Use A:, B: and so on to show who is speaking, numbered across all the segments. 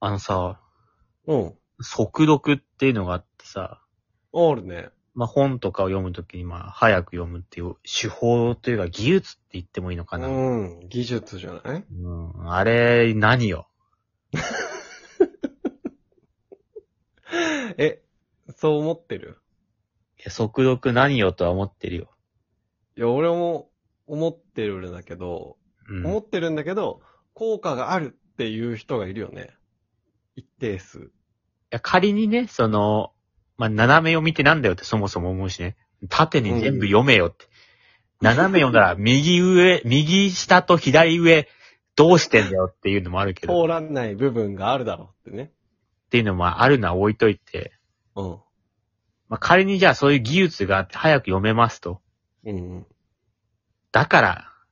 A: あのさ、
B: うん。
A: 速読っていうのがあってさ、
B: あるね。
A: まあ、本とかを読むときに、まあ、早く読むっていう手法というか技術って言ってもいいのか
B: う
A: な。
B: ん。技術じゃない
A: うん、あれ、何よ。
B: え、そう思ってる
A: いや速読何よとは思ってるよ。
B: いや、俺も思ってるんだけど、
A: う
B: 思
A: ん。
B: ってるんだけど、効果があるっていう人がいるよね。一定数。
A: いや仮にね、その、まあ、斜め読みってなんだよってそもそも思うしね。縦に全部読めよって。斜め読んだ ら、右上、右下と左上、どうしてんだよっていうのもあるけど、
B: 通
A: っ
B: らない部分があるだろうってね。
A: ていうのもあるのは置いといて、
B: うん。
A: まあ、仮にじゃあそういう技術があって早く読めますと。
B: うん。
A: だから、っ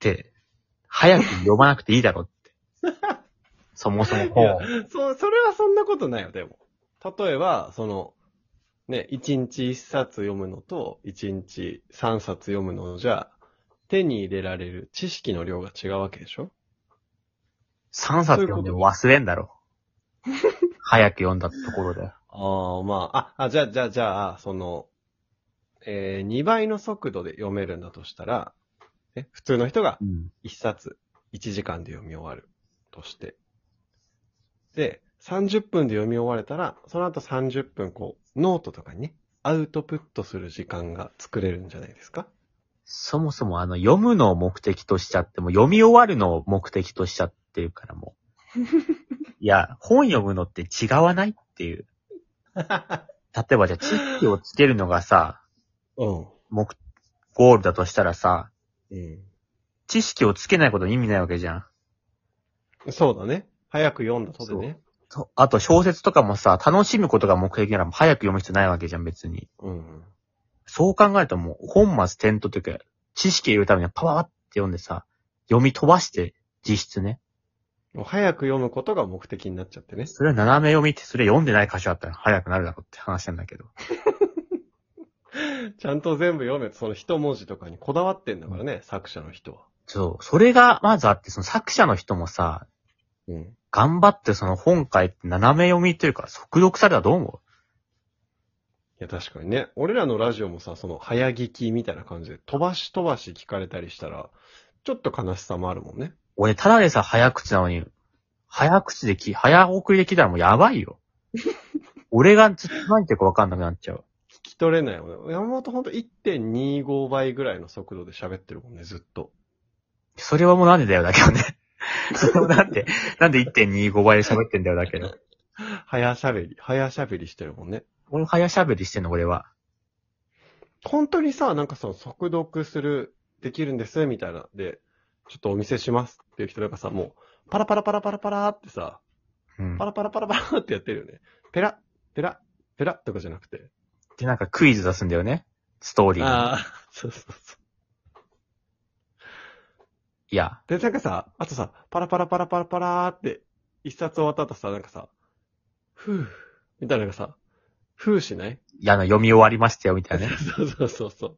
A: て、早く読まなくていいだろって。そもそも
B: いや
A: 本。
B: そ、それはそんなことないよ、でも。例えば、その、ね、一日一冊読むのと、一日三冊読むのじゃ、手に入れられる知識の量が違うわけでしょ
A: 3冊読んでも忘れんだろ。早く読んだところで。
B: ああ、まあ、あ、あ、じゃあ、じゃあ、じゃあ、その、えー、2倍の速度で読めるんだとしたら、え、普通の人が
A: うん。
B: 1冊1時間で読み終わるとして。で、30分で読み終われたら、その後30分、こう、ノートとかにね、アウトプットする時間が作れるんじゃないですか
A: そもそもあの、読むのを目的としちゃっても、読み終わるのを目的としちゃってるからもう。いや、本読むのって違わないっていう。例えばじゃあ、知識をつけるのがさ、
B: うん。
A: 目、ゴールだとしたらさ、
B: う
A: 知識をつけないことに意味ないわけじゃん。
B: ん。そうだね。早く読んだとでね。
A: とあと小説とかもさ、楽しむことが目的なら早く読む必要ないわけじゃん、別に。
B: うん。
A: そう考えるともう、本末転倒というか、知識を得るためにはパワーって読んでさ、読み飛ばして、実質ね。
B: もう早く読むことが目的になっちゃってね。
A: それは斜め読みって、それ読んでない箇所あったら早くなるだろうって話なんだけど。
B: ちゃんと全部読め、その一文字とかにこだわってんだからね、作者の人は。
A: そう、それがまずあって、その作者の人もさ、
B: うん。
A: 頑張ってその本書いて斜め読みというか、速読されたらどう思
B: いや、確かにね。俺らのラジオもさ、その、早聞きみたいな感じで、飛ばし飛ばし聞かれたりしたら、ちょっと悲しさもあるもんね。
A: う俺、ただでさ、早口なのに、早口でき、早送りできたらもうやばいよ。 俺がずっと何言ってるかわかんなくなっちゃう。
B: 聞き取れないよね。山本ほんと1.25倍ぐらいの速度で喋ってるもんね、ずっと。
A: それはもうなんでだよだけどね。それもなんで、なんで1.25倍で喋ってんだよだけど。
B: 早喋り、早喋りしてるもんね。
A: 俺早喋りしてんの俺は。
B: 本当にさ、なんかその、速読する、できるんです、みたいな。で、ちょっとお見せしますっていう人なんかさ、もう、パラパラパラパラパラってさ、
A: うん
B: パ。ラパラパラパラってやってるよね。ペラ、ペラ、ペラとかじゃなくて。
A: で、なんかクイズ出すんだよね。ストーリーの。
B: ああ、そうそうそ
A: いや、
B: う。で、なんかさ、あとさ、パラパラパラパラパラーって、一冊終わった後さ、なんかさ、ふぅ、みたいなのがさ、ふぅしない
A: いや、あの、読み終わりましたよみたいなね。
B: そうそうそうそう。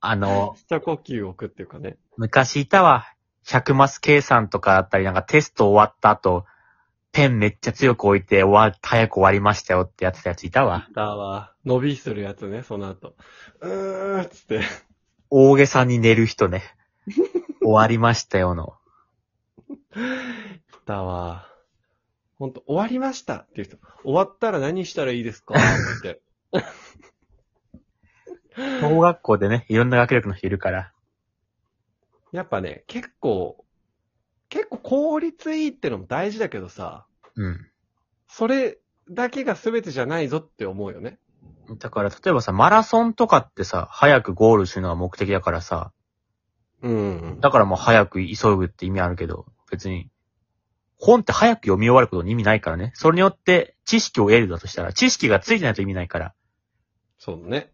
A: あの、
B: 下呼吸を置くっていうかね。
A: 昔いたわ。100マス計算とかあったり、なんかテスト終わった後、ペンめっちゃ強く置いて、終わ、早く終わりましたよってやってたやついたわ。
B: だわ、伸びするやつね、その後。うーっつって。
A: 大げさに寝る人ね。 終わりましたよの。
B: だわ。ほんと、終わりましたっていう人。終わったら何したらいいですかって。
A: 小学校でね、いろんな学力の人いるから。
B: やっぱね、結構、結構効率いいってのも大事だけどさ、
A: うん。
B: それだけが全てじゃないぞって思うよね。
A: だから、例えばさ、マラソンとかってさ、早くゴールするのが目的だからさ、
B: うん
A: だからもう早く急ぐって意味あるけど、別に、本って早く読み終わることに意味ないからね。それによって知識を得るだとしたら、知識がついてないと意味ないから、
B: そうだね。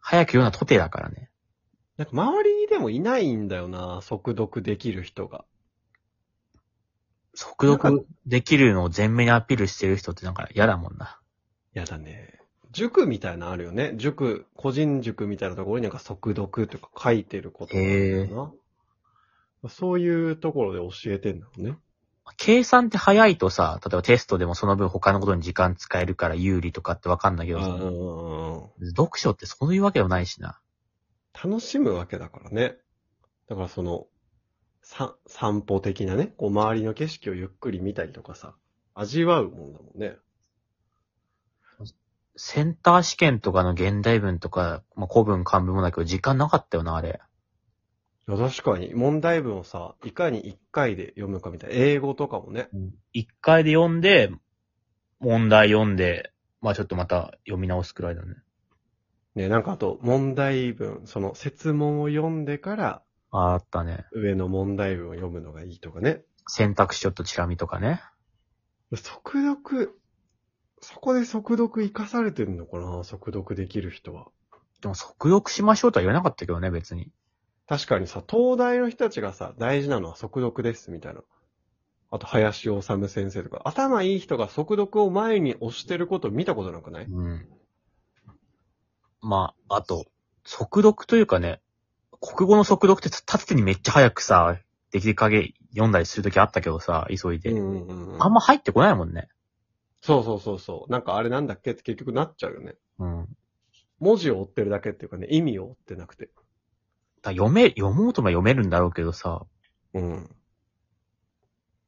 A: 早く読むのはとてだからね。
B: なんか周りにでもいないんだよな、速読できる人が。
A: 速読できるのを前面にアピールしてる人ってなんか嫌だもんな。
B: やだね。塾みたいなのあるよね。塾、個人塾みたいなところになんか速読とか書いてることがあるよな。そういうところで教えてんだろうね。
A: 計算って早いとさ、例えばテストでもその分他のことに時間使えるから有利とかってわかんないけどさ、
B: うん
A: 読書ってそういうわけでもないしな。
B: 楽しむわけだからね。だからその、さ、散歩的なね、こう周りの景色をゆっくり見たりとかさ、味わうもんだもんね。
A: センター試験とかの現代文とか、まあ、古文漢文もだけど時間なかったよな、あれ。
B: いや、確かに、問題文をさ、いかに一回で読むかみたいな。英語とかもね。
A: 一回で読んで、問題読んで、まあちょっとまた読み直すくらいだね。
B: ね、なんかあと、問題文、その、説問を読んでから、
A: ああったね。
B: 上の問題文を読むのがいいとかね。
A: 選択肢ちょっとチラ見とかね。
B: 速読、そこで速読生かされてるのかな速読できる人は。
A: でも、速読しましょうとは言わなかったけどね、別に。
B: 確かにさ、東大の人たちがさ、大事なのは速読です、みたいな。あと、林修先生とか、頭いい人が速読を前に押してること見たことなくない
A: うん。まあ、あと、速読というかね、国語の速読って立てにめっちゃ早くさ、できる限り読んだりするときあったけどさ、急いで。
B: うんうんうん
A: あんま入ってこないもんね。
B: そうそうそうそう。なんかあれなんだっけって結局なっちゃうよね。
A: うん。
B: 文字を追ってるだけっていうかね、意味を追ってなくて。
A: だ読め、読もうとも読めるんだろうけどさ、
B: うん。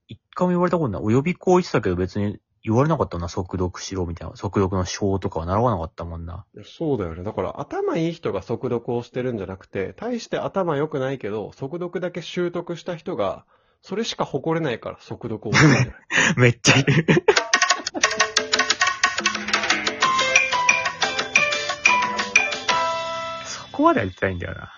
A: 一回も言われたことない。お予備校行ってたけど別に言われなかったな、速読しろみたいな。速読の章とかは習わなかったもんな。
B: そうだよね。だから頭いい人が速読をしてるんじゃなくて、対して頭良くないけど、速読だけ習得した人が、それしか誇れないから速読をしてるん だよ。
A: めっちゃいる。そこまでは言ってないんだよな。